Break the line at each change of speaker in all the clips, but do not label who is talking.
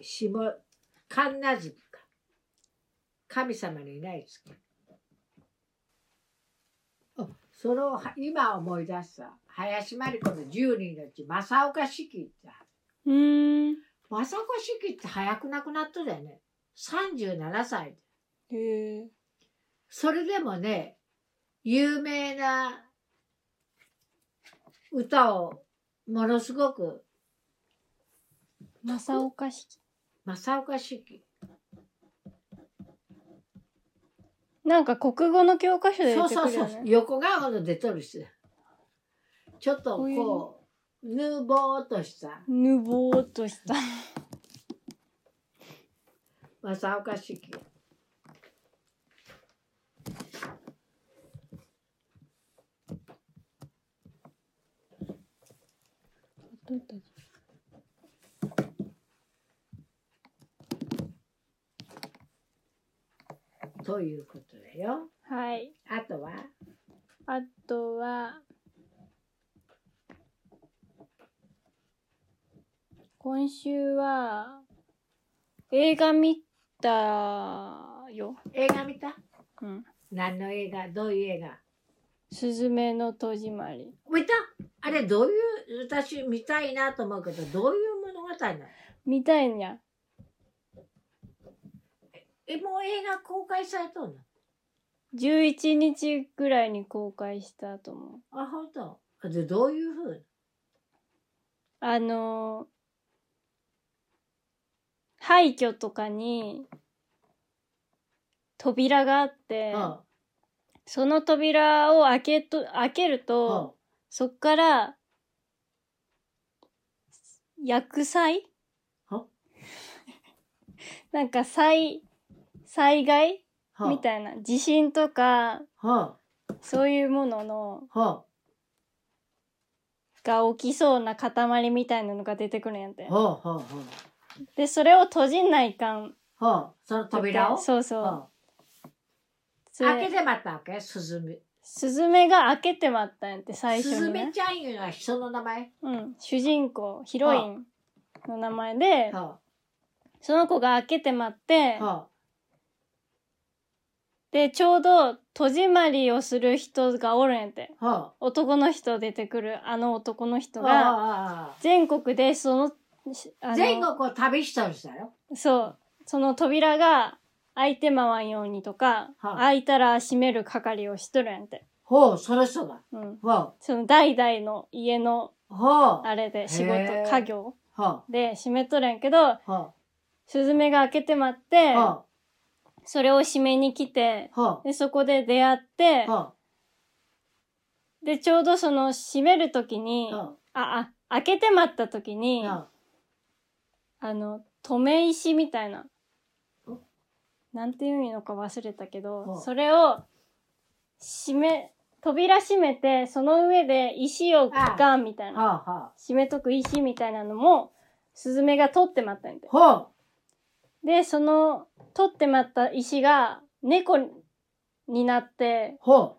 下神無月か神様にない月あそのは今思い出した林真理子の10人のうち正岡子規って
うーん。
正岡子規って早く亡くなっただよね37歳で
へえ。
それでもね有名な歌をものすごく
正岡式。
正岡子規
なんか国語の教科書で
そ
出
うそ
て
う
くる
そ
よ
う
ね。
横顔の出とるしちょっと
こういう
こうぬぼーっとした
ぬぼーっとした。
正岡子規ということだよ
はい。
あとは
あとは、今週は、映画見たよ。
映画見た
うん。
何の映画どういう映画
すずめの戸締まり。
見たあれどういう私見たいなと思うけどどういう物語なの
見たいんや。
えもう映画公開されとんの
11日ぐらいに公開したと思う。
あ本当あでどういうふう
あのー廃墟とかに扉があって、
あ
その扉を開けと、開ける
あ
と、
あ
そっから、薬剤
は
なんか災、災害
あ
みたいな。地震とか、
は
そういうものの、
あは
が起きそうな塊みたいなのが出てくるんやって
あはあ。はあは
で、それを閉じないかん。
あはあその扉を
そうそう。
はあ
それ
開けてまったわけスズメ
スズメが開けてまったんやって、最
ス
初
ズ
に、
メ
ね。
ちゃんいうのは人の名前
うん。主人公、ヒロインの名前で、
は
その子が開けてまって
あ、は
で、ちょうど、戸締まりをする人がおるんやって。
あは
男の人出てくる、あの男の人
あ
が、
はあ
全国でその、しあの
全国を旅しとる人だよ
そう。その扉が開いてまわんようにとか、
はあ
開いたら閉める係をしとるんやって。
ほうその人が
うん。
は
その代々の家の、
あはあ
あれで仕事
へー、
家業
は
で閉めとるんやけど、
あは
スズメが開けてまって
あ、は
それを閉めに来て、
あは
で、そこで出会って
あ、は
で、ちょうどその閉めるときに、
あは
あ、あ、開けて待った時
あ
に、あ
は
の、止め石みたいな
お。
なんていうのか忘れたけ
は
ど
あ、
それを、閉め、扉閉めて、その上で石をガンみたい
あ
な。
はあは
閉めとく石みたいなのも、スズメが取って待ったんで
あ。ほう
で、その、取って待った石が、猫になって、
ほ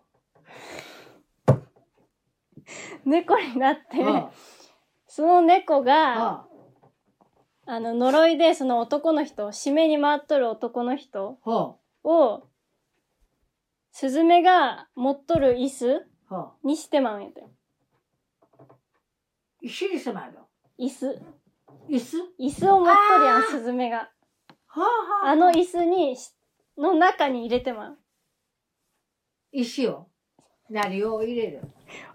猫になって
う、は
その猫
あ
が、
はあ
あの、呪いで、その男の人、締めに回っとる男の人
ほ
を、スズメが持っとる椅子
うはあ
にしてまうんやて。
石に迫るの
椅子。
椅子
椅子を持っとるや
あ
ん、
ー
スズメが。
はあはあ
あの椅子にし、の中に入れてまう。
石を何を入れる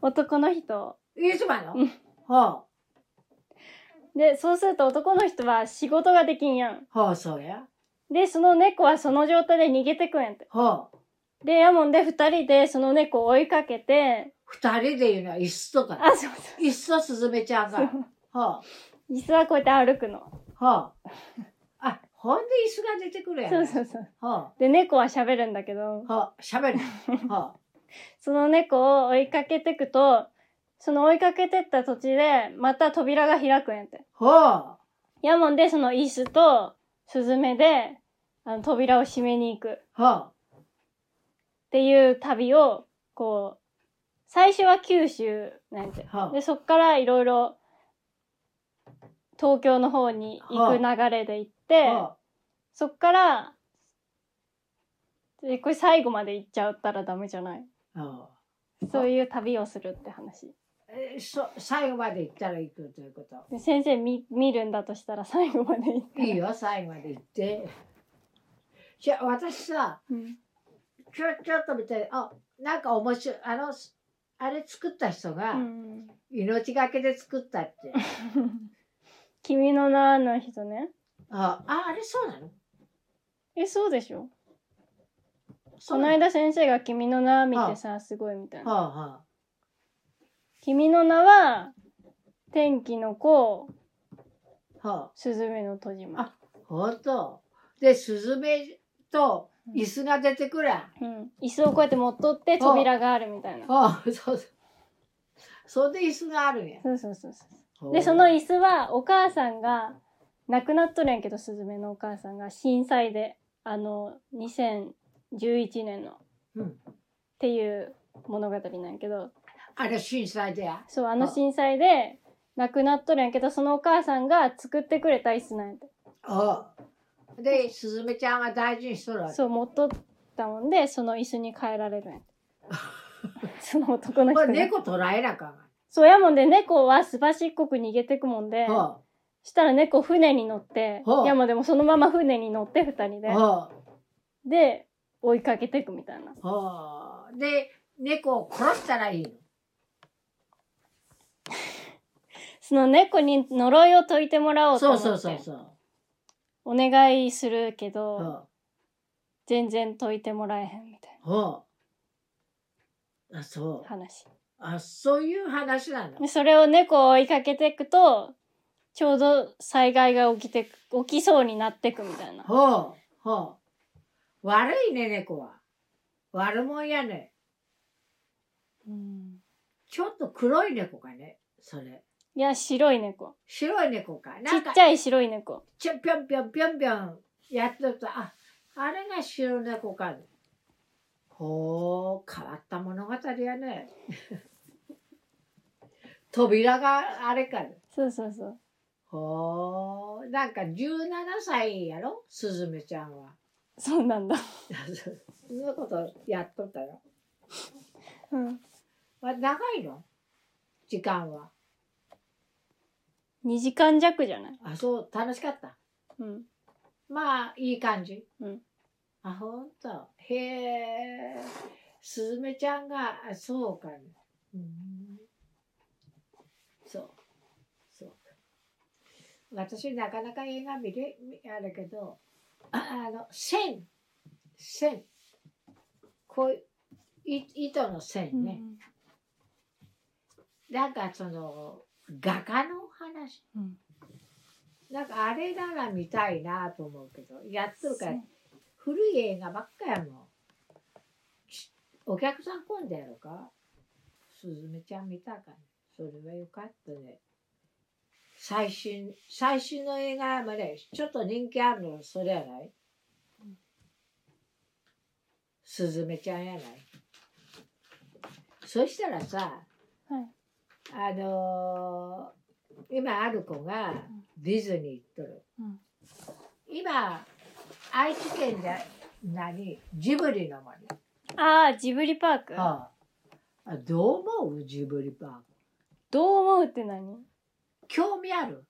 男の人を。
いつまの
うん
は
で、そうすると男の人は仕事ができんやん。
あはあそうや
で、その猫はその状態で逃げてくんやんて。
はあ
で、やもんで二人でその猫を追いかけて、
二人で言うのは椅子とか
あ、そう
椅子とスズメちゃんが
そう
は。あ
椅子はこうやって歩くの。
はああほんで椅子が出てくるやん
そうそうそう。
は
で、猫は喋るんだけど
あ、はあしゃ べるは
その猫を追いかけてくと、その追いかけてった土地で、また扉が開くんやって。
あはあ
やもんで、その椅子とスズメで、あの、扉を閉めに行くっ
は
ていう旅を、こう、最初は九州なんて
あ。はあ
で、そっからいろいろ、東京の方に行く流れで行って、
は
そっから、えこれ最後まで行っちゃったらダメじゃない
あうん
そういう旅をするって話。
えそ最後まで行ったら行くということ。
で先生見見るんだとしたら最後まで行ったら
いいよ、最後まで行って。じゃ私さ、
うん
ちょ、ちょっと見て、あ、なんか面白い、あの、あれ作った人が
う、ん、
命がけで作った って。
君の名の人ね。
あ、あ、あれそうなの
え、そうでしょ
そ
こ
う
の
なの
間先生が君の名見てさ、すごいみたいな。
はあ、は
君の名は、天気の子、
あ、は
すずめの戸締ま
あ。あ、ほんと。で、スズメと椅子が出てくるやん。
うん。椅子をこうやって持っとって扉があるみたいな。
あ、そうそう。それで椅子があるんや。
そうそうそうそう。で、その椅子はお母さんが、亡くなっとるんやけど、すずめのお母さんが震災で、あの、2011年のっ
うん。
ていう物語なんやけど、
あれ震災でや。
そう、あ
あ
の震災で亡くなっとるんやけど、そのお母さんが作ってくれた椅子なんやて。
ああ。で、スズメちゃんは大事にしとるわけ。
そう、持っとったもんで、その椅子に変えられるんや て。その男の
こ
人
れ
が。
猫捕らえなあかんわ。
そうやもんで、猫はすばしっこく逃げてくもんで、
は
したら猫船に乗って、
はあ
いやもうでもそのまま船に乗って二人
あ、
で、
は
で、追いかけてくみたいな。
あ、はあ。で、猫を殺したらいいの。
その猫に呪いを解いてもらおうと
そ
思
う
って、
そうそうそう。
お願いするけど、
は
全然解いてもらえへんみたい
あ、はあ。あ、そ
な
う。
話。
あ、そういう話なの
で。それを猫を追いかけていくと、ちょうど災害が起きてく、起きそうになってくみたいな。
ほう、ほう。悪いね、猫は。悪もんやね。
うん
ちょっと黒い猫かね、それ。
いや、白い猫。
白い猫か。
ち
な
っ
んか
ち、ゃい白い猫。
ちょぴょんぴょんぴょんぴょんやってると、あ、あれが白猫か。ほう、変わった物語やね。 扉があれか。
そうそうそう。
ほう、なんか17歳やろ、すずめちゃんは。
そうなんだ。
そんなことやっとったよ。
うん。
あ長いの時間は。
2時間弱じゃない
あ、そう、楽しかった。
うん。
まあ、いい感じ。
うん。
あ、ほんと。へえ。すずめちゃんが、あそうか、ね。うん。そう。そうか。私、なかなか映画見れ、見あるけど、ああの、線。線。こういう、い糸の線ね。なんか、その、画家の話。
うん。
なんかあれなら見たいなと思うけど、やっとるから、古い映画ばっかやもん。ちお客さん来んだやろかすずめちゃん見たかね。それはよかったね。最新、最新の映画まで、ちょっと人気あるの、それやないすずめちゃんやないそしたらさ、
はい。
あのー今ある子がディズニー行っとる。
うん。
今、愛知県で何ジブリの森。
ああ、ジブリパーク
あああどう思うジブリパーク。
どう思うって何
興味ある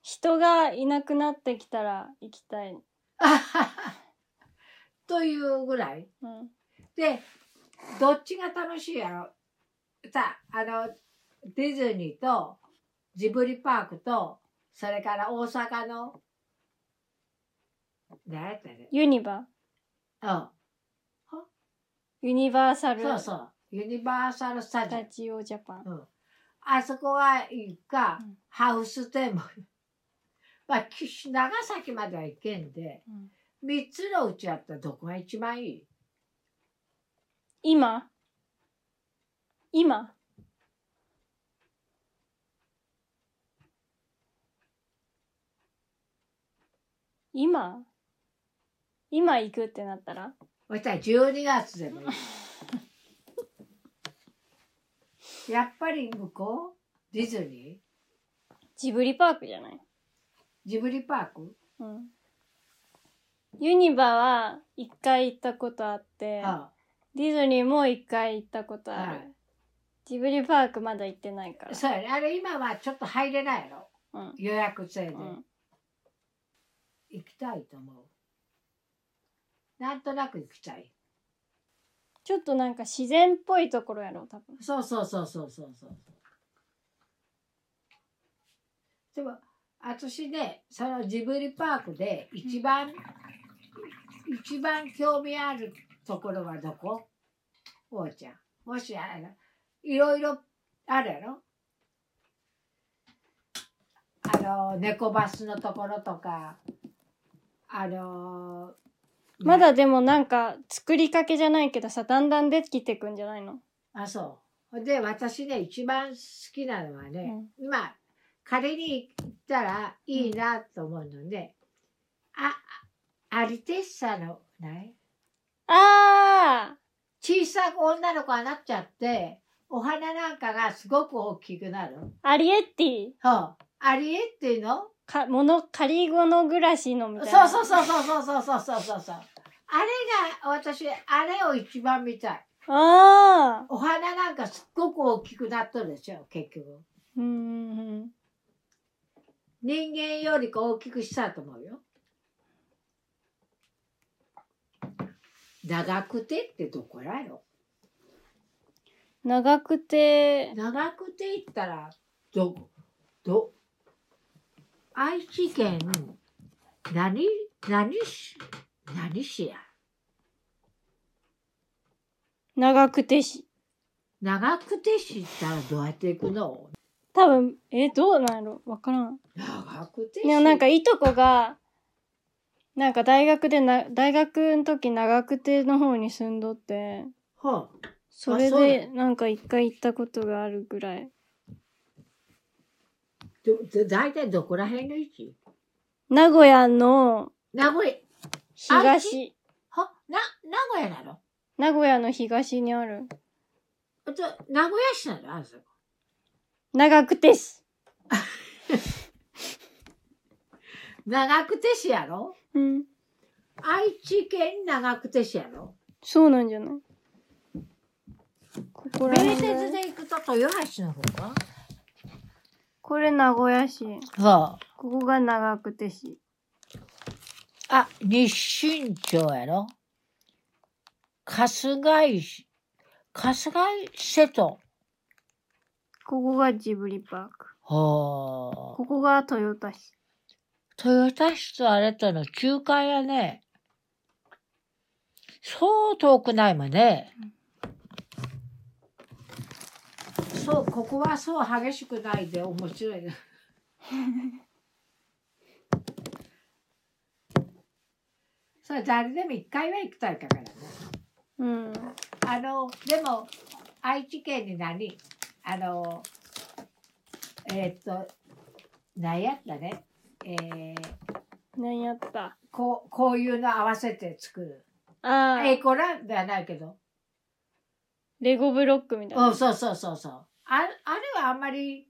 人がいなくなってきたら行きたい。
あはは というぐらい。
うん。
で、どっちが楽しいやろさあ、あの、ディズニーとジブリパークと、それから大阪の、何やったね。
ユニバ
うん。
ユニバーサル
そうそう。ユニバーサル・スタ
ス
ジ
タ
オ。
ジオジャパン。
うん、あそこはいいか、
うん
ハウステンボル。 まあ、き長崎までは行けんで、
うん
3つのうちあったらどこが一番いい
今今今今行くってなったら
そしたら12月でもい い。やっぱり向こうディズニー
ジブリパークじゃない
ジブリパーク
うん。ユニバは一回行ったことあって、
あ
ディズニーも一回行ったことある。
はい
ジブリパークまだ行ってないか
あ
ら。
そうやねあれ今はちょっと入れないの
うん。
予約制で、
うん。
行きたいと思うなんとなく行きたい
ちょっとなんか自然っぽいところやろ、多分。
そうそうそうそうそうそうでも私ねそのジブリパークで一番、一番興味あるところはどこおうちゃんもしあのいろいろあるやろあの猫バスのところとかあの
まだでもなんか作りかけじゃないけどさ、だんだんできてくんじゃないの
あ、そう。で、私ね、一番好きなのはね、今、仮に行ったらいいなと思うので、あ、アリテッサの、ない
あ
小さく女の子がなっちゃって、お花なんかがすごく大きくなる。
ーアリエッティ
そう。アリエっていうの
か、もの、仮ごの暮らしのみたい
そ
な。
うそうそうそうそうそうそうそうそう。あれが、私、あれを一番見たい。
ああ。
お花なんかすっごく大きくなっとるでしょ、結局。
うんうんうん。
人間よりか大きくしたと思うよ。長くてってどこやろ
長くて、
長くて言ったらどど愛知県何何市何市や
長くてし、
長くて市ったらどうやって行くの
多分、え、どうなんやろわからん。
長くて市
でもなんか、いとこが、なんか大学でな、大学の時長くての方に住んどって、
ほう
それ
あそうな
でなんか一回行ったことがあるぐらい。
どど大体どこら辺の位置
名古屋の
名古屋愛
東
知、はな名古屋なの
名古屋の東にある、
あと名古屋市なのあそこ
長くて市。
長久手市やろ
うん。
愛知県長久手市やろ
そうなんじゃないここら
名
辺ぐ
鉄
らい
で行くと豊橋の方か
これ名古屋市。
そう。
ここが長くて市。
あ、日清町やろ春日井市、春日井瀬戸。
ここがジブリパーク。
ほう。
ここが豊田市。
豊田市とあれとの中間やね。そう遠くないもんね。そう、ここはそう激しくないで面白い な。それ誰でも一回は行きたいからね。
うん。
あの、でも、愛知県に何あの、えーっと、何やったね。えー、
何やった
こう、こういうの合わせて作る。
あ
エ
あ、
コラではないけど。
レゴブロックみたい
うん、
な。
そうそうそうそう。あ、あれはあんまり、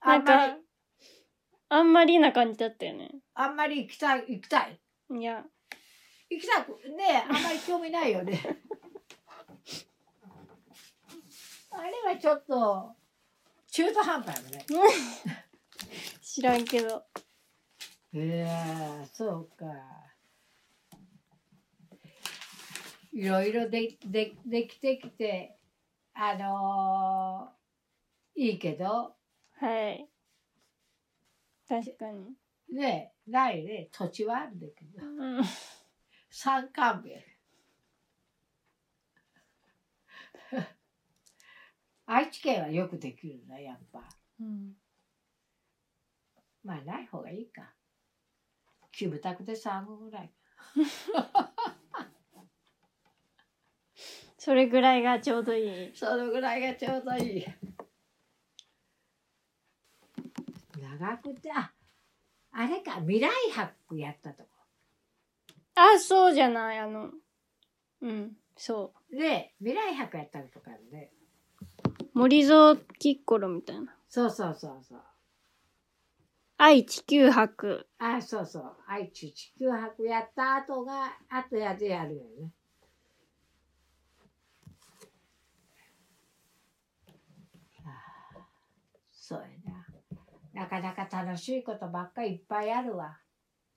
あ
なんん
まり
か、、あんまりな感じだったよね。
あんまり行きたい、行きたい。
いや、
行きたく、ねえあんまり興味ないよ ね。あれはちょっと、中途半端よね。
知らんけど。
いやーそうかいろいろででできてきてあのーいいけど
はい。確かに。
ねないね土地はあるんだけど
うん。
山間部や ね愛知県はよくできるなやっぱまあない方がいいかキムタクで3号ぐらい
それぐらいがちょうどいい。
そのぐらいがちょうどいい。長くて、あ、あれか、未来博やったとこ。
あ、そうじゃない、あの。うん、そ
で、未来博やったとかね。
う。森蔵キッコロみたいな。
そうそうそうそう。
愛地球博。
あ、そうそう。愛知地球博やった後が、後やでやるよね。あーそうやな。なかなか楽しいことばっかりいっぱいあるわ。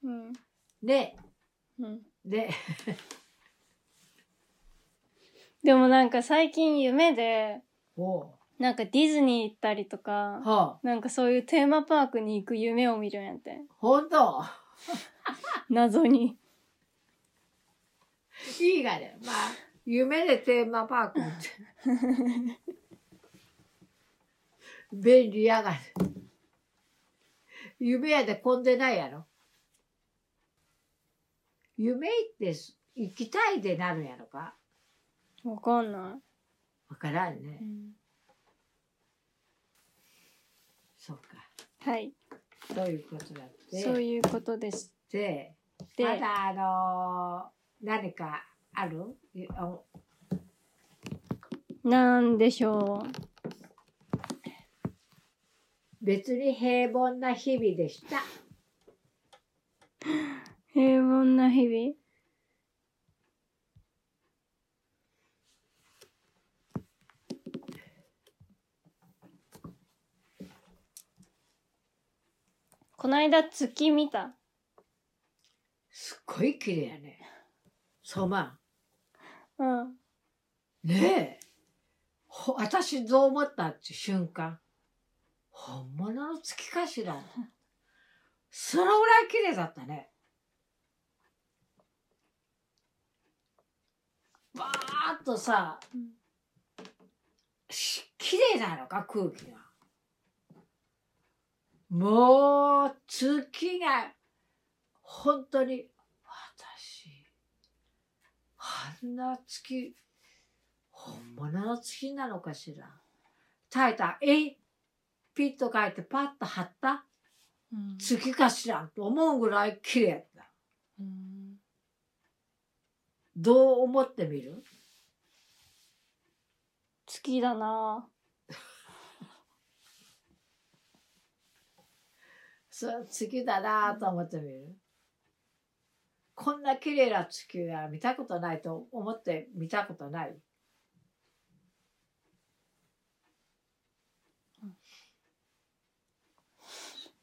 うん。
で、
うん。
で、
でもなんか最近夢で、
おう。
なんかディズニー行ったりとか、
はあ、
なんかそういうテーマパークに行く夢を見るんやって。
ほんと。
謎に。
いいがね。まあ、夢でテーマパー クって。便利やがね。夢やで混んでないやろ。夢行ってす行きたいでなるやろか。
わかんな
わからん
い。
ね。そうか。
はい。
そういうことだって。
そういうことです。
で、
で、
まだあのー何かあるいあ
なんでしょう。
別に平凡な日々でした。
平凡な日々。こないだ月見た。
すっごい綺麗やね。そうまん。
うん。
ねえ。ほ私どう思ったって瞬間。本物の月かしら。そのぐらい綺麗だったね。バーっとさ、
うん
し綺麗なのか空気が。もう、月が、本当に、私、あんな月、本物の月なのかしら。タイタ、えピッと書いてパッと貼った月かしらと思うぐらい綺麗やった。
うん
どう思ってみる
月だな
そう、月だなぁと思ってみる。こんな綺麗な月は見たことないと思って見たことない。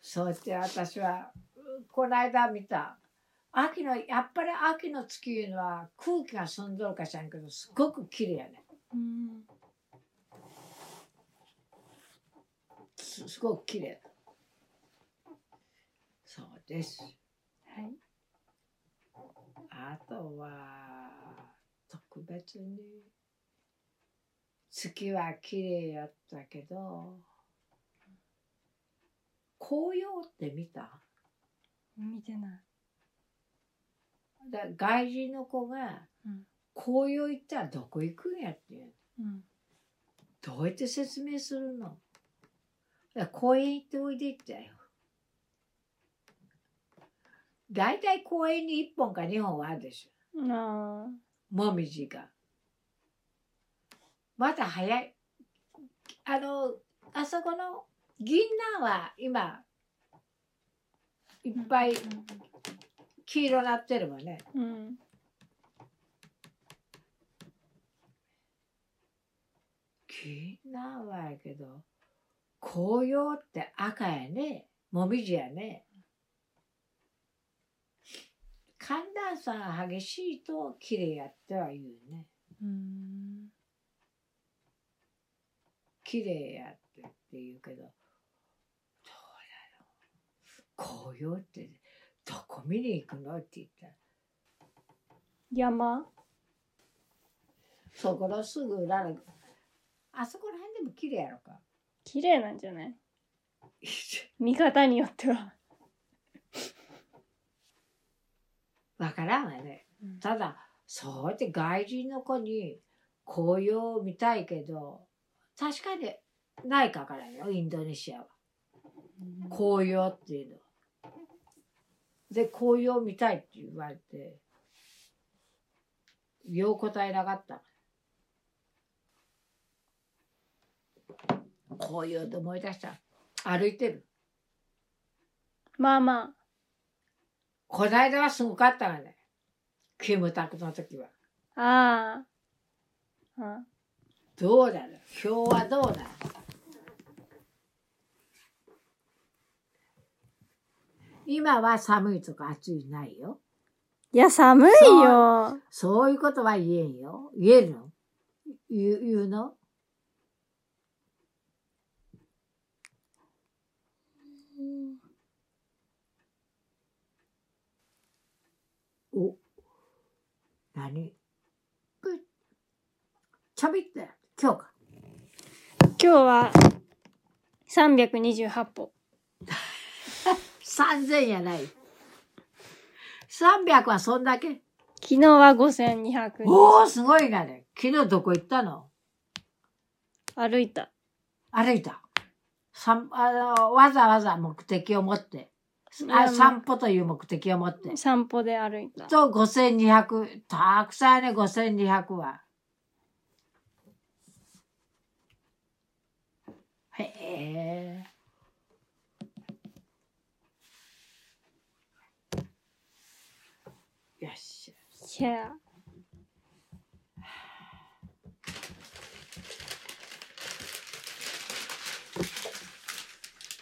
そうして私はうこの間見た秋のやっぱり秋の月いうのは空気が澄んどるかしらんけどすごく綺麗やね
うん
すすごく綺麗そうです
はい
あとは特別に月は綺麗やったけど紅葉って見た
見てない
だ外人の子が
うん
紅葉行ったらどこ行くんやって言う
うん
どうやって説明するのだ公園行っておいでってだよ。大体公園に1本か2本はあるでしょ。
あ
もみじが。まだ早い。あの、あそこの銀杏は今、いっ
ー
ぱい黄色なってるもんね。
うん
銀杏はやけど、紅葉って赤やね。もみじやね。寒暖差が激しいと綺麗やっては言うね。
うん
綺麗やってって言うけどどうなの紅葉ってどこ見に行くのって言ったら
山
そこのすぐ裏のあそこら辺でも綺麗やろか
綺麗なんじゃない見方によっては
わからんわね
うん
ただそうやって外人の子に紅葉を見たいけど確かにないかわからんよインドネシアは紅葉っていうので紅葉見たいって言われてよう答えなかった紅葉で思い出した歩いてる
まあまあ。
こないだはすごかったわね。キムタクの時は。
ああ。あ
どうなの今日はどうなの今は寒いとか暑いないよ。
いや、寒いよ。
そういうことは言えんよ。言えるの言う言うのお、何ぐっちょびって、今日か。
今日は328歩。
3000やない。300はそんだけ。
昨日は5200
おお、すごいなね。昨日どこ行ったの
歩いた。
歩いた。散あのわざわざ目的を持って。
まあ
あ散歩という目的を持って。
散歩で歩いた。
と、5200。たくさんやね、5200は。へえ。よっしゃ。
いや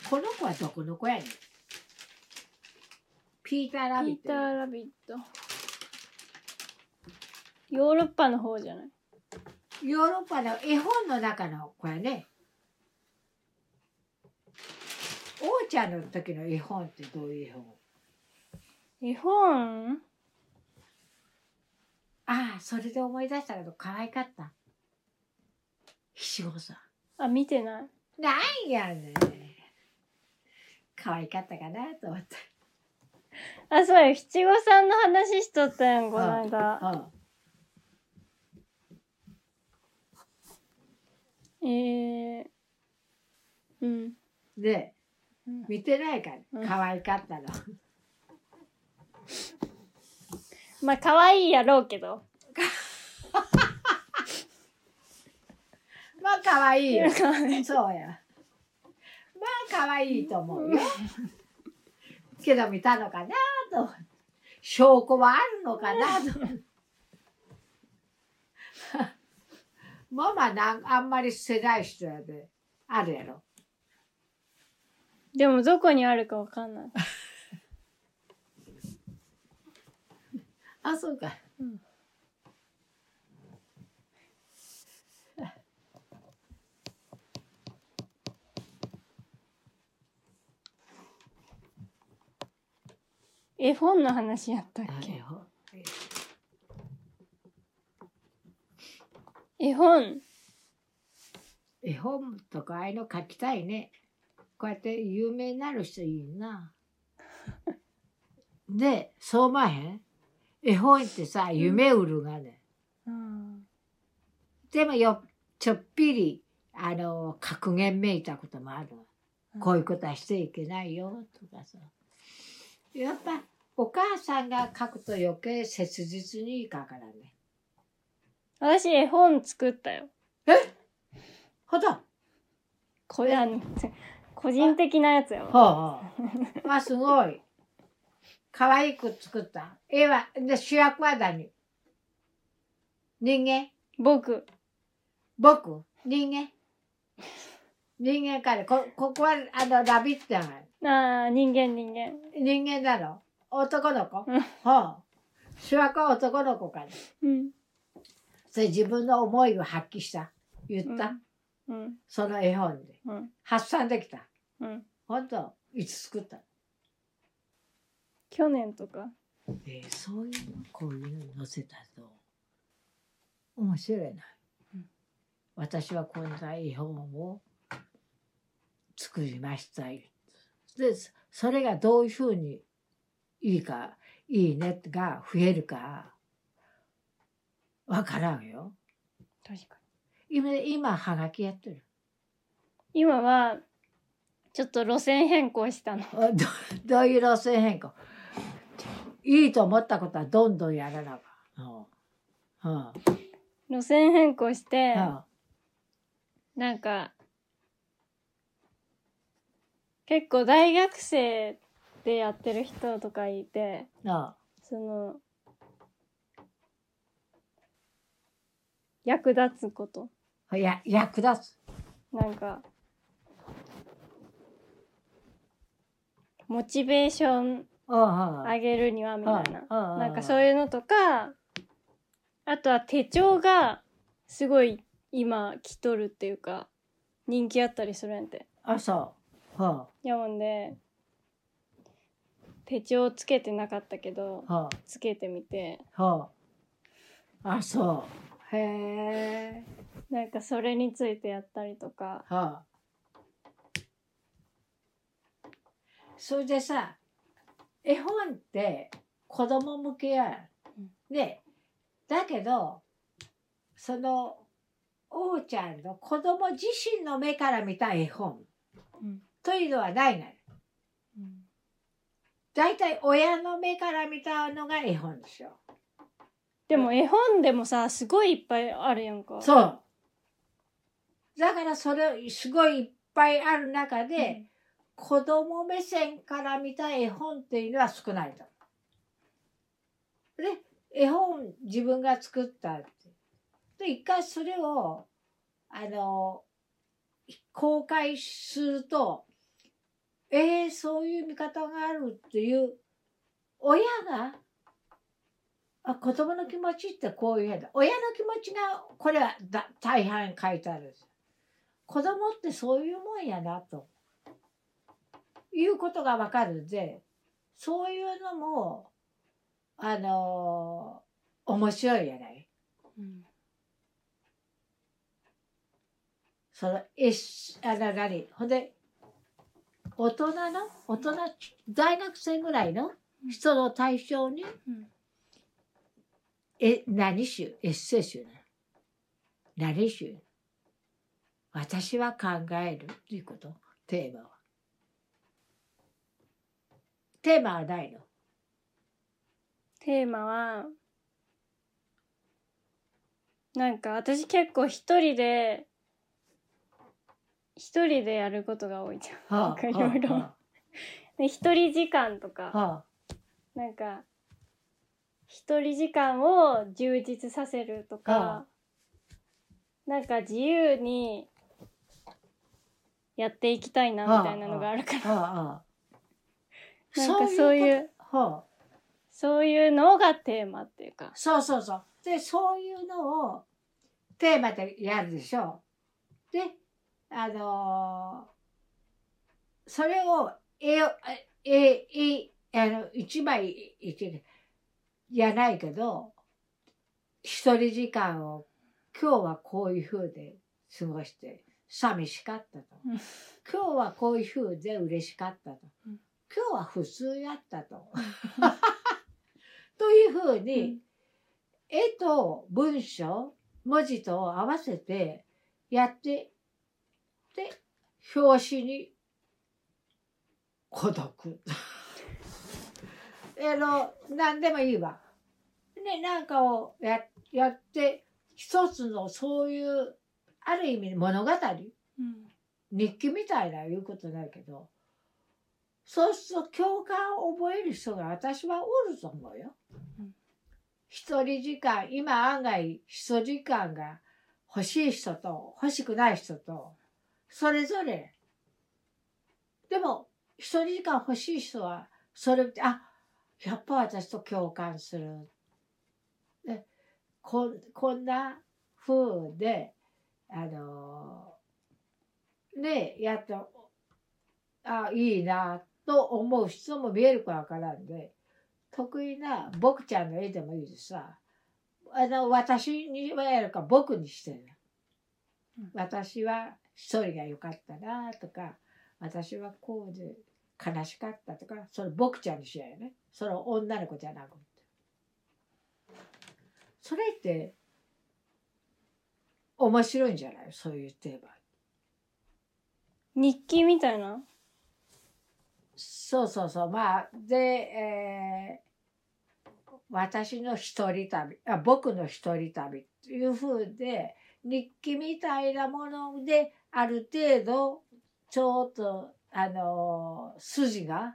この子はどこの子やねんピーターラ
ピ
ビッ
ー
ト。
ター・ラビット。ヨーロッパの方じゃない
ヨーロッパの絵本の中のこれね王ちゃんの時の絵本ってどういう絵本
絵本
ああそれで思い出したけど可愛かった七五三
あ、見てない。
なんやねん可愛かったかなと思った
あ、そうよ。七五三の話しとったやん、この間。
うん
えー。うん。
で
うん
見てないか
うん
ら可愛かったの、
まあ、可愛いやろうけど。
まあ 可愛いよ
可愛い
そうやまあ可愛いと思うよけど見たのかなと証拠はあるのかなと ママなんあんまり世代人やであるやろ
でも、どこにあるかわかんない。
あそうか、
うん絵本の話やったっけ絵本。
絵本とかああいうの書きたいねこうやって有名になる人いいなでそうまへん絵本ってさ夢売るがね、
うん。
でもよちょっぴりあの格言めいたこともあるわこういうことはしていけないよとかさやっぱお母さんが書くと余計切実に書からね
私、絵本作ったよ。
ほど
これ、あの、 個人的なやつ
ほ
よ。
うほう。あ、すごい。可愛く作った。絵は、で、主役は何人間
僕。
僕人間人間から、こ、ここは、あの、ラビットやない
ああ、人間人間。
人間だろ男の子
うん
ほう。主役は男の子から。
うん。
それ自分の思いを発揮した。言った。
うん。
その絵本で。
うん。
発散できた。
うん。
本当いつ作った
去年とか。
えーそういうのこういうの載せたと面白いな、
うん
私はこんな絵本を作りましたでそそれがどういうふうにいいかいいねが増えるかわからんよ
確かに。
今今はがきやってる
今はちょっと路線変更したの
あどどういう路線変更いいと思ったことはどんどんやらなばうんうん
路線変更して
うん
なんか結構大学生でやってる人とかいて
あ
その役立つこと
あ。いや、役立つ。
なんかモチベーション
うんうん。
上げるにはみたいな
な
なんかそう
いう。
いうのとかあとは手帳がすごい今来とるっていうか人気あったりするんやて
あ、そう。は
やもんで手帳つけてなかったけど
あ、は
つけてみて
あ、はあ。あ、そう。へえ。
なんかそれについてやったりとか
はあ。それでさ、絵本って子供向けや
うん
ん。ね。だけど、その、おうちゃんの子供自身の目から見た絵本
うん
というのはないのよ。大体親の目から見たのが絵本でしょ。
でも絵本でもさすごいいっぱいあるやんか
そう。だからそれすごいいっぱいある中で、
うん
子供目線から見た絵本っていうのは少ないと。で、絵本自分が作ったって。で、一回それを、あの、公開すると、えー、そういう見方があるっていう、親が、あ子供の気持ちってこういうやだ。親の気持ちが、これはだ大半書いてあるんです。子供ってそういうもんやなと。いうことがわかるんで、そういうのも、あのー面白いやない。
うん
その、えし、あの、何ほんで、大人の、大人、大学生ぐらいの人の対象に、
うん
え、何集エッセイ集なの何集私は考えるっていうことテーマは。テーマはないの
テーマはなんか私結構一人で一人でやることが多いじゃん
は
なんかいろいろ
は
で一人時間とか
あ、は
なんか一人時間を充実させるとか
は、
なんか自由にやっていきたいなみたいなのがあるから、
あ、はあ、はあ。
なんかそういう
うこと。はあ
そういうのがテーマっていうか、
そうそうそう。で、そういうのをテーマでやるでしょ。で、あのーそれを絵を、え、え、え、あの、一枚、一枚、やないけど、一人時間を今日はこういう風で過ごして、寂しかったと
うん。
今日はこういう風で嬉しかったと
うん。
今日は普通やったと。 という風に、絵と文章文字と合わせてやってで表紙に孤 独あの何でもいいわ。ねなんかをややって一つのそういうある意味物語
うん
日記みたいな言うことないけどそうすると共感を覚える人が私はおると思うよ
うん。
一人時間今案外一人時間が欲しい人と欲しくない人とそれぞれでも一人時間欲しい人はそれあやっぱ私と共感する。でこんこんな風であのねやっとあいいなと思う人も見えるかわからんで得意な僕ちゃんの絵でもいいでさあの私にはやるか僕にしてる、
うん
私は一人が良かったなとか私はこうで悲しかったとかそれ僕ちゃんにしやよねその女の子じゃなくてそれって面白いんじゃないそういうテーマ
日記みたいな、
そうそうそう。まあ、で、えー私の一人旅あ、僕の一人旅っていうふうで、日記みたいなもので、ある程度、ちょっと、あのー筋が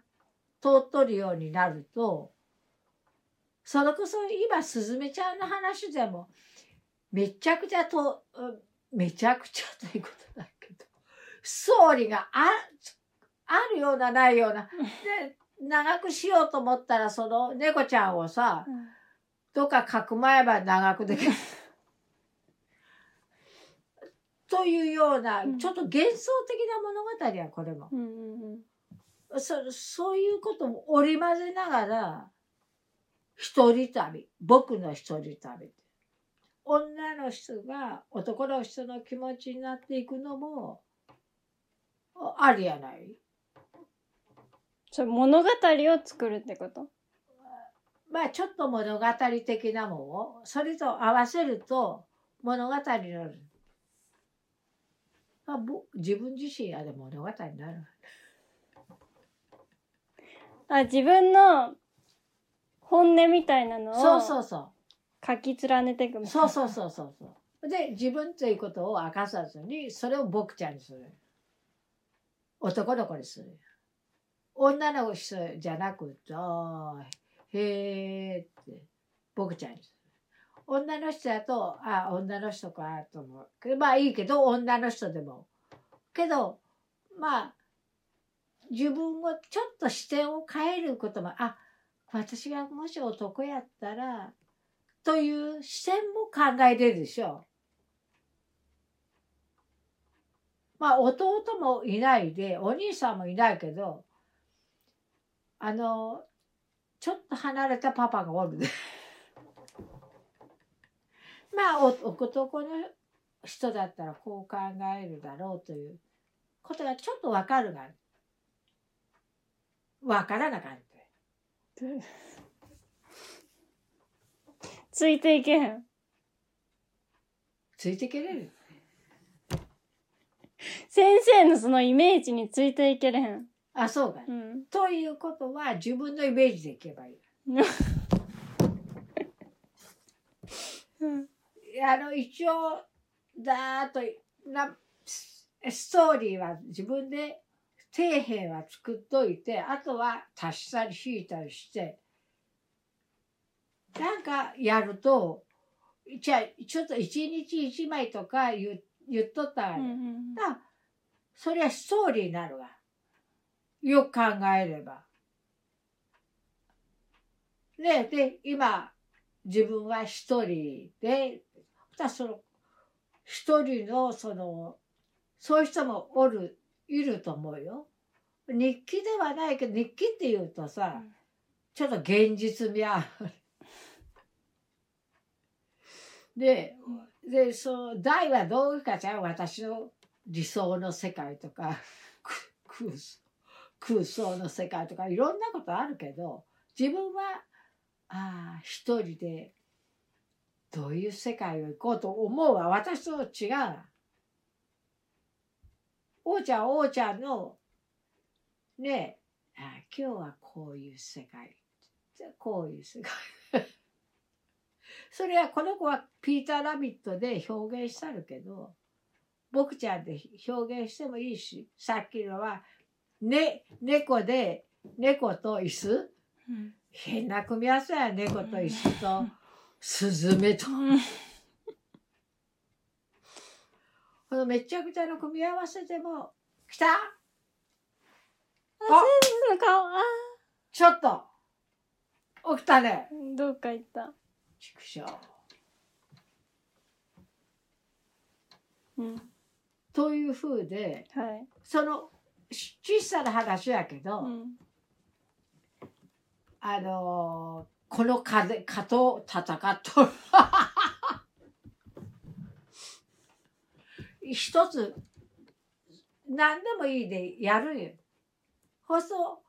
通っとるようになるとそれこそ今すずめちゃんの話でもめちゃくちゃとうんめちゃくちゃということだけどストーリーがああるようなないようなで長くしようと思ったらその猫ちゃんをさどっかかくまえば長くできる。というような、
うん
ちょっと幻想的な物語やこれも。
うんうんうん
そそういうことも織り交ぜながら一人旅僕の一人旅女の人が男の人の気持ちになっていくのもあありやない
それ物語を作るってこと
まあちょっと物語的なもんをそれと合わせると物語になる、まあ、ぼ自分自身やで物語になる
あ自分の本音みたいなの
そうそ
を
うそう
書き連ねていくみたい
そう
な
そうそうそうそう。で自分ということを明かさずにそれを僕ちゃんにする。男の子にする。女の人じゃなくて、あーへーって僕ちゃんにする。女の人だと、あ女の人かと思うけど。まあいいけど女の人でも。けどまあ自分をちょっと視点を変えることもあ私がもし男やったらという視点も考えれるでしょう。まあ弟もいないでお兄さんもいないけどあのちょっと離れたパパがおるで まあお男の人だったらこう考えるだろうということがちょっとわかるがわからなかった。
ついていけへん
ついてけれる
先生のそのイメージについていけれへん
あそうか、
うん
ということは自分のイメージでいけばいい。
うん
あの一応だーっとなスストーリーは自分で底辺は作っといてあとは足したり引いたりしてなんかやるとじゃあちょっと一日一枚とか言う言っとったら、
うんうん
あそりゃストーリーになるわよく考えれば。ねで今自分は一人でただその一人のそのそういう人もおるいると思うよ。日記ではないけど日記っていうとさ、
うん
ちょっと現実味ある。ででその題はどうかじゃあ私の理想の世界とか く空想空想の世界とかいろんなことあるけど自分はああ一人でどういう世界を行こうと思うは私と違うな。王ちゃんは王ちゃんのねえああ今日はこういう世界こういう世界。 それはこの子はピーター・ラビットで表現したるけど僕ちゃんで表現してもいいしさっきのは、ね、猫で猫と椅子
うん
変な組み合わせや猫と椅子
う
と
ん
スズメと
うん
このめちゃくちゃの組み合わせでも来た
あ先生の顔あ
ちょっと起きたね
ーどっか行った
畜生
うん
というふうで
はい
そのし小さな話やけど、
うん
あのーこの風蚊と戦っとる一つ何でもいいでやるんよ。放送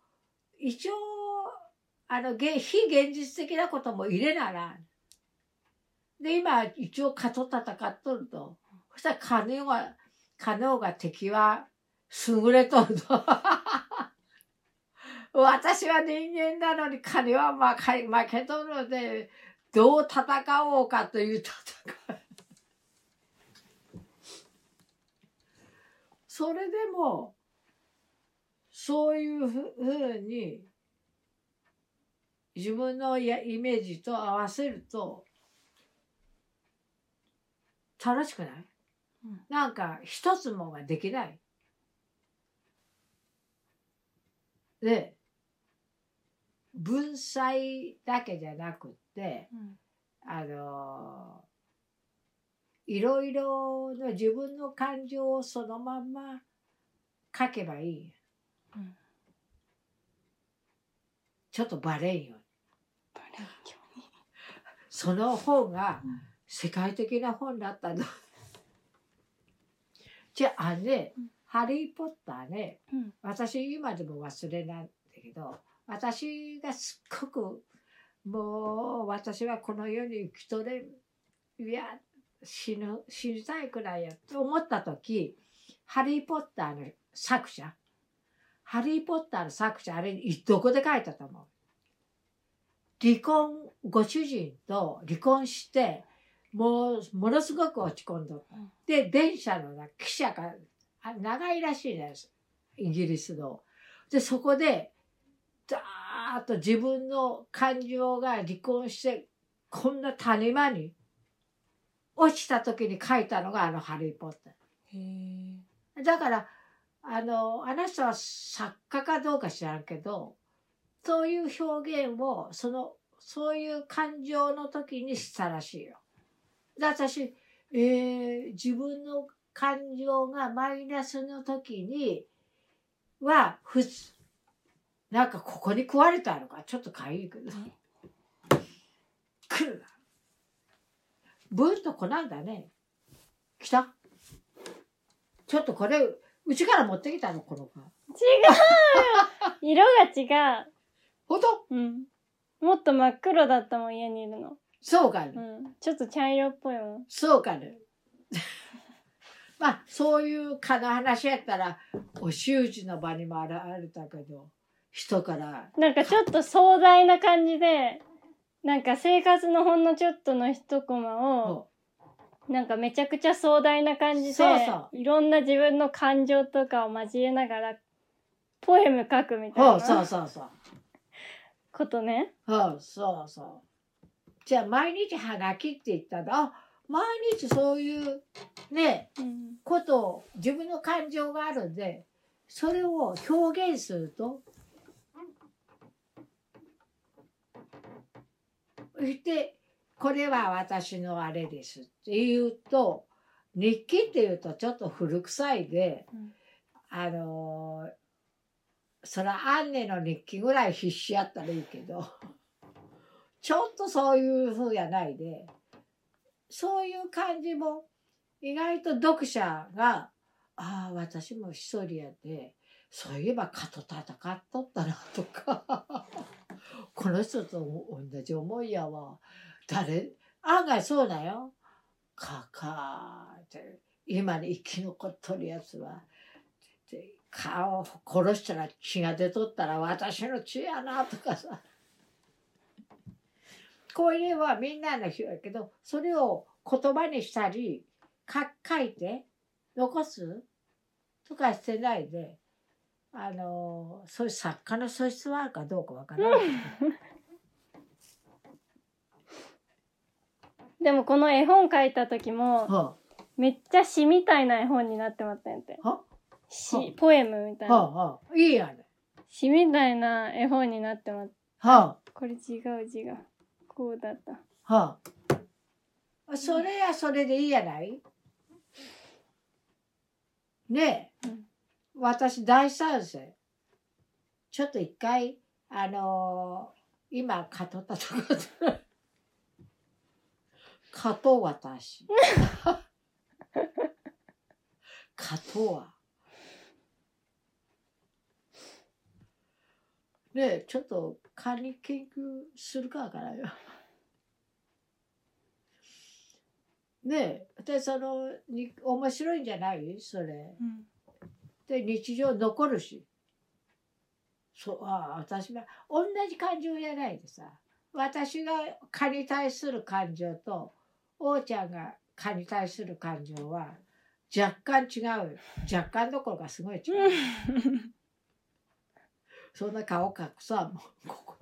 一応あのげ非現実的なことも入れならんで今一応蚊と戦っとるとそしたら蚊の方が蚊の方が敵は優れとると。私は人間なのに彼は負け負けとるのでどう戦おうかという戦いそれでもそういうふうに自分のやイメージと合わせると楽しくない、
うん
なんか一つもができない。で文才だけじゃなくって
うん
あのいろいろの自分の感情をそのまんま書けばいい。
うん
ちょっとバレんように。
バレン教に
その本が
うん
世界的な本だったの。じゃあね、
うん
ハリー・ポッターね、
うん
私今でも忘れないんだけど、私がすっごくもう私はこの世に生きとれん、いや、死ぬ、死にたいくらいやと思った時、ハリー・ポッターの作者、ハリー・ポッターの作者、あれ、どこで書いたと思う離婚ご主人と離婚してもうものすごく落ち込んどった
うん。
で電車のな汽車があ長いらしいですイギリスの。でそこでダーッと自分の感情が離婚してこんな谷間に落ちた時に書いたのがあの「ハリー・ポッター」。
へえ
だからあのあの人は作家かどうか知らんけどそういう表現をそのそういう感情の時にしたらしいよ。で私、えー自分の感情がマイナスの時には普通なんかここに食われたのかちょっとかゆいけど
ね
来るなブーンとこなんだね来たちょっとこれうちから持ってきたのこの子
違うよ色が違う
ほんと
うんもっと真っ黒だったもん家にいるの
そうかね、
うんちょっと茶色っぽいもん
そうかね まあそういう蚊の話やったらお習字の場にも現れたけど人から
なんかちょっと壮大な感じでなんか生活のほんのちょっとの一コマを
も
なんかめちゃくちゃ壮大な感じで
そうそ
いろんな自分の感情とかを交えながらポエム書くみ
うほ
たいう
そう
な
そうそう
ことね。
そうそうそう。じゃあ毎日はがきって言ったらあ毎日そういうね
うん
ことを自分の感情があるんでそれを表現するとそしてこれは私のあれですって言うと日記っていうとちょっと古臭いで、
うん
あのーそらアンネの日記ぐらい必死やったらいいけど ちょっとそういう風やないでそういう感じも意外と読者が「ああ私も一人やでそういえば蚊と戦っとったな」とか 「この人と同じ思いやわ誰案外そうだよ蚊か」って今に生き残っとるやつは。って蚊を殺したら血が出とったら私の血やなとかさこれはみんなの日やけどそれを言葉にしたりか書いて残すとかしてないであのそういう作家の素質はあるかどうかわからない、
でもこの絵本書いた時も
は
めっちゃ詩みたいな絵本になってまったんやって
あ、は
詩ポエムみたい
あ、
な
はあ、いいやね
詩みたいな絵本になってまっ
は
これ違う違うこうだった
あ、はあ、それやそれでいいやないねえ
うん
私大賛成ちょっと一回あのー今買っとったところで 買とう私 買とうはねえちょっと管理研究するかわからんよねえ私そのに面白いんじゃないそれ
うん
で日常残るしそうああ私は同じ感情じゃないでさ私が蚊に対する感情と王ちゃんが蚊に対する感情は若干違う若干どころかすごい違うそんな顔隠さんもうここ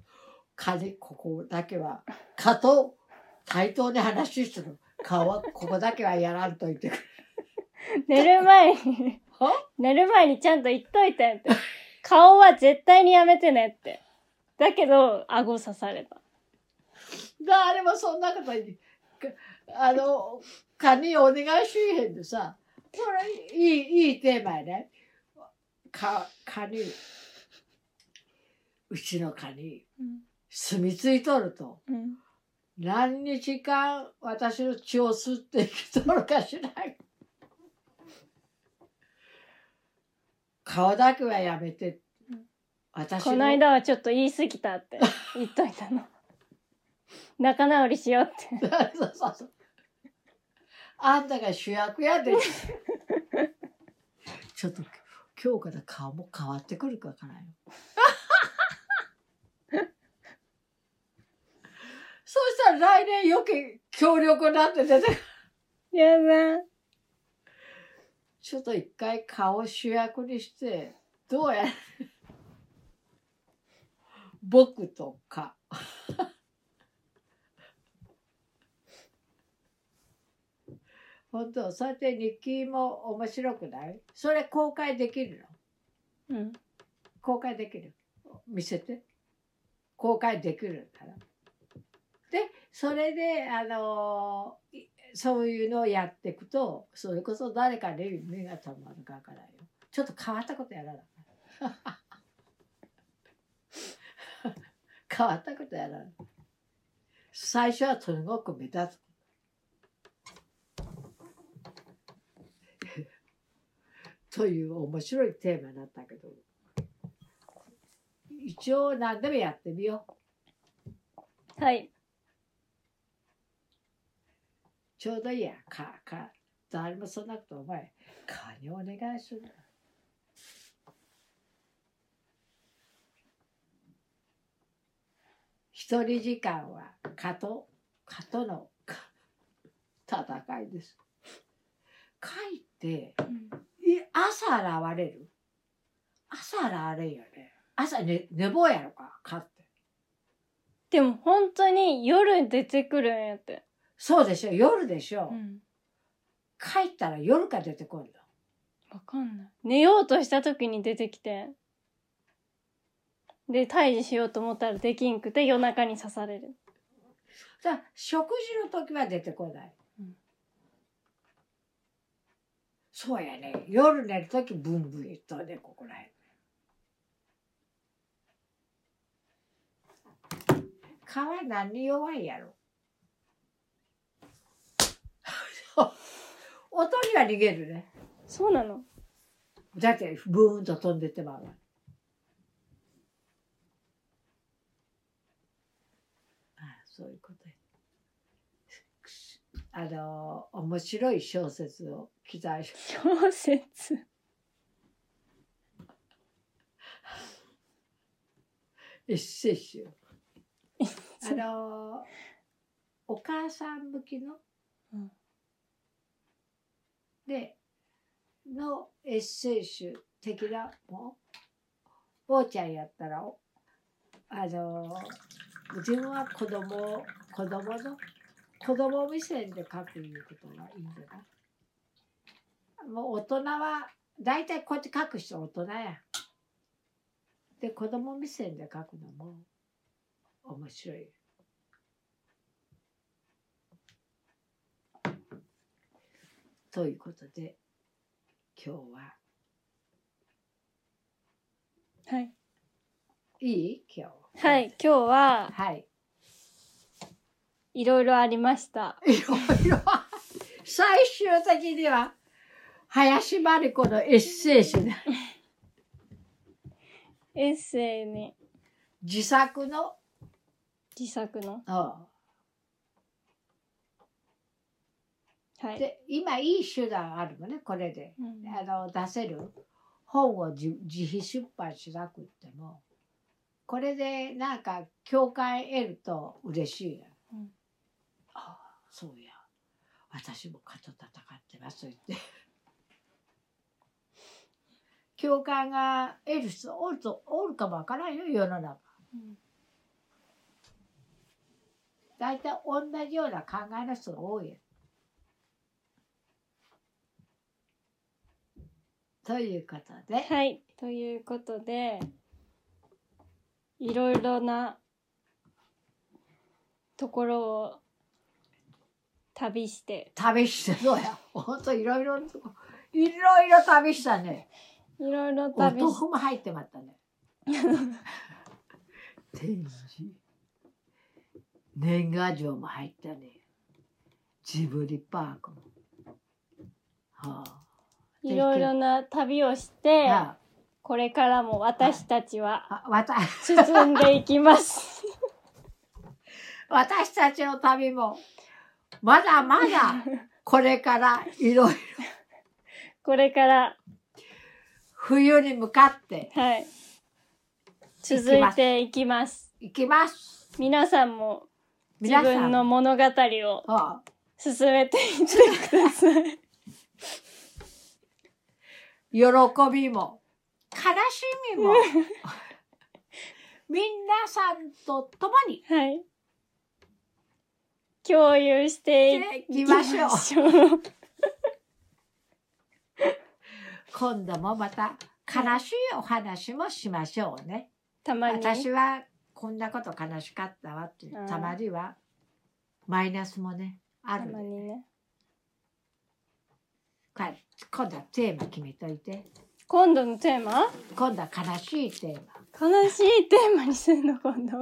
彼、ここだけは、蚊と対等に話してる。蚊は、ここだけはやらんといてくれ。
寝る前に、
は
寝る前にちゃんと言っといてって。顔は絶対にやめてねって。だけど、顎刺された。
誰もそんなことに、かあの、蚊にお願いしへんでさ、これ、いい、いいテーマやね。か、蚊に、うちの蚊に住み着いとると、
うん。
何日間私の血を吸って生きとるかしらん。顔だけはやめて
うん、
私
この
の
間はちょっと言い過ぎたって言っといたの。 仲直りしようって。
そうそうそう。あんたが主役やで。ちょっと今日から顔も変わってくるかわからんよ。そうしたら来年よく強力になって出てくる
やば。
ちょっと一回顔主役にして、どうやる僕とか。 本当、そうやって日記も面白くないそれ公開できるの
うん。
公開できる見せて公開できるからでそれであのいそういうのをやっていくとそれこそ誰かに目がたまるかわからんよちょっと変わったことやらな 変わったことやらな最初はすごく目立つ という面白いテーマだったけど一応何でもやってみよう。
はい。
ちょうどいいや。か、か、誰もそんなことお前、かにお願いする。一人時間は蚊と、蚊とのか戦いです。蚊って、い朝現れる朝現れんよね。朝寝、寝坊やろか、蚊って。
でも本当に夜出てくるんやって。
そうでしょ、夜でしょ。
ん。
帰ったら夜から出てこるの。
わかんない。寝ようとした時に出てきて。で、退治しようと思ったらできんくて夜中に刺される。
じゃあ食事の時は出てこない。
うん
そうやね。夜寝る時ブンブン言っとるね、ここら辺。蚊は何に弱いやろ 音には逃げるね。
そうなの
だってブーンと飛んでってまうわああそういうことやあの面白い小説を期待し
小説。
一世集あのお母さん向きの、
うん
でのエッセイ集的なもんおーちゃんやったらおあの自分は子供を子供の子供目線で書くいうことがいいんじゃないもう大人は大体こうやって書く人は大人や。で子供目線で書くのも面白い。ということで今日は
はい。
いい今日
はい。今日は
はい
いろいろありました。
いろいろ最終的には林真理子のエッセイ集で
エッセイに
自作の
自作の。
うん
はい。
で今いい手段あるもんねこれで
うん
あの出せる本を自自費出版しなくってもこれでなんか共感得ると嬉しいな、
うん
ああそうや私も蚊と戦ってますって共感が得る人おるとおるかもわからんよ世の中
うん
大体同じような考えの人が多いよ。ということで、
はい。ということで、いろいろなところを旅して、
旅して そうや。ほんといろいろなとこ、いろいろ旅したね。
いろいろ
お豆
旅し
腐も入ってま ったね。天使。年賀状も入ったね。ジブリパークも。はあ。
いろいろな旅をして、
は
これからも私たちは
あ、あわた
進んでいきます。
私たちの旅も、まだま だ、これからいろいろ、
これから、
冬に向かって
はい。続いていきます。
いきます。
皆さんも自
皆さ
分
ん、
の物語を
はあ
進めていってく ださい。
喜びも、悲しみ も、皆さんと共に、
はい。共有してい
していきましょう
いきょう
今度もまた悲しいお話もしましょうね。
たまに。
私はこんなこと悲しかったわっていう
うん、
たまには、マイナスもね、あ
た
るの
ま
で
にね。
はい今度はテーマ決めといて。
今度のテーマ
今度は悲しいテーマ。
悲しいテーマにするの今度。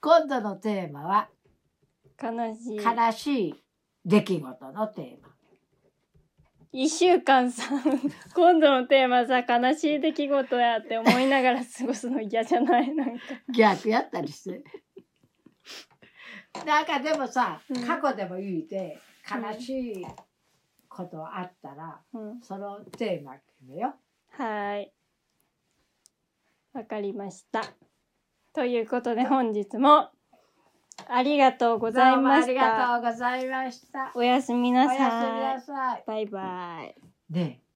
今度のテーマは、
悲しい。
悲しい出来事のテーマ。
一週間さ、 今度のテーマさ、悲しい出来事やって思いながら過ごすの嫌じゃないなんか。
逆やったりして。なんかでもさ
うん、
過去でもいいで、
うん
悲しいことあったら、
うん。
そのテーマ決めよ
はーい。わかりました。ということで本日もありがとうご
う。
ざいまし
ど
た。
うもありがとうございました。
おやすみな
おやすみ
さい
な。さい。
バイバイ。
ねえ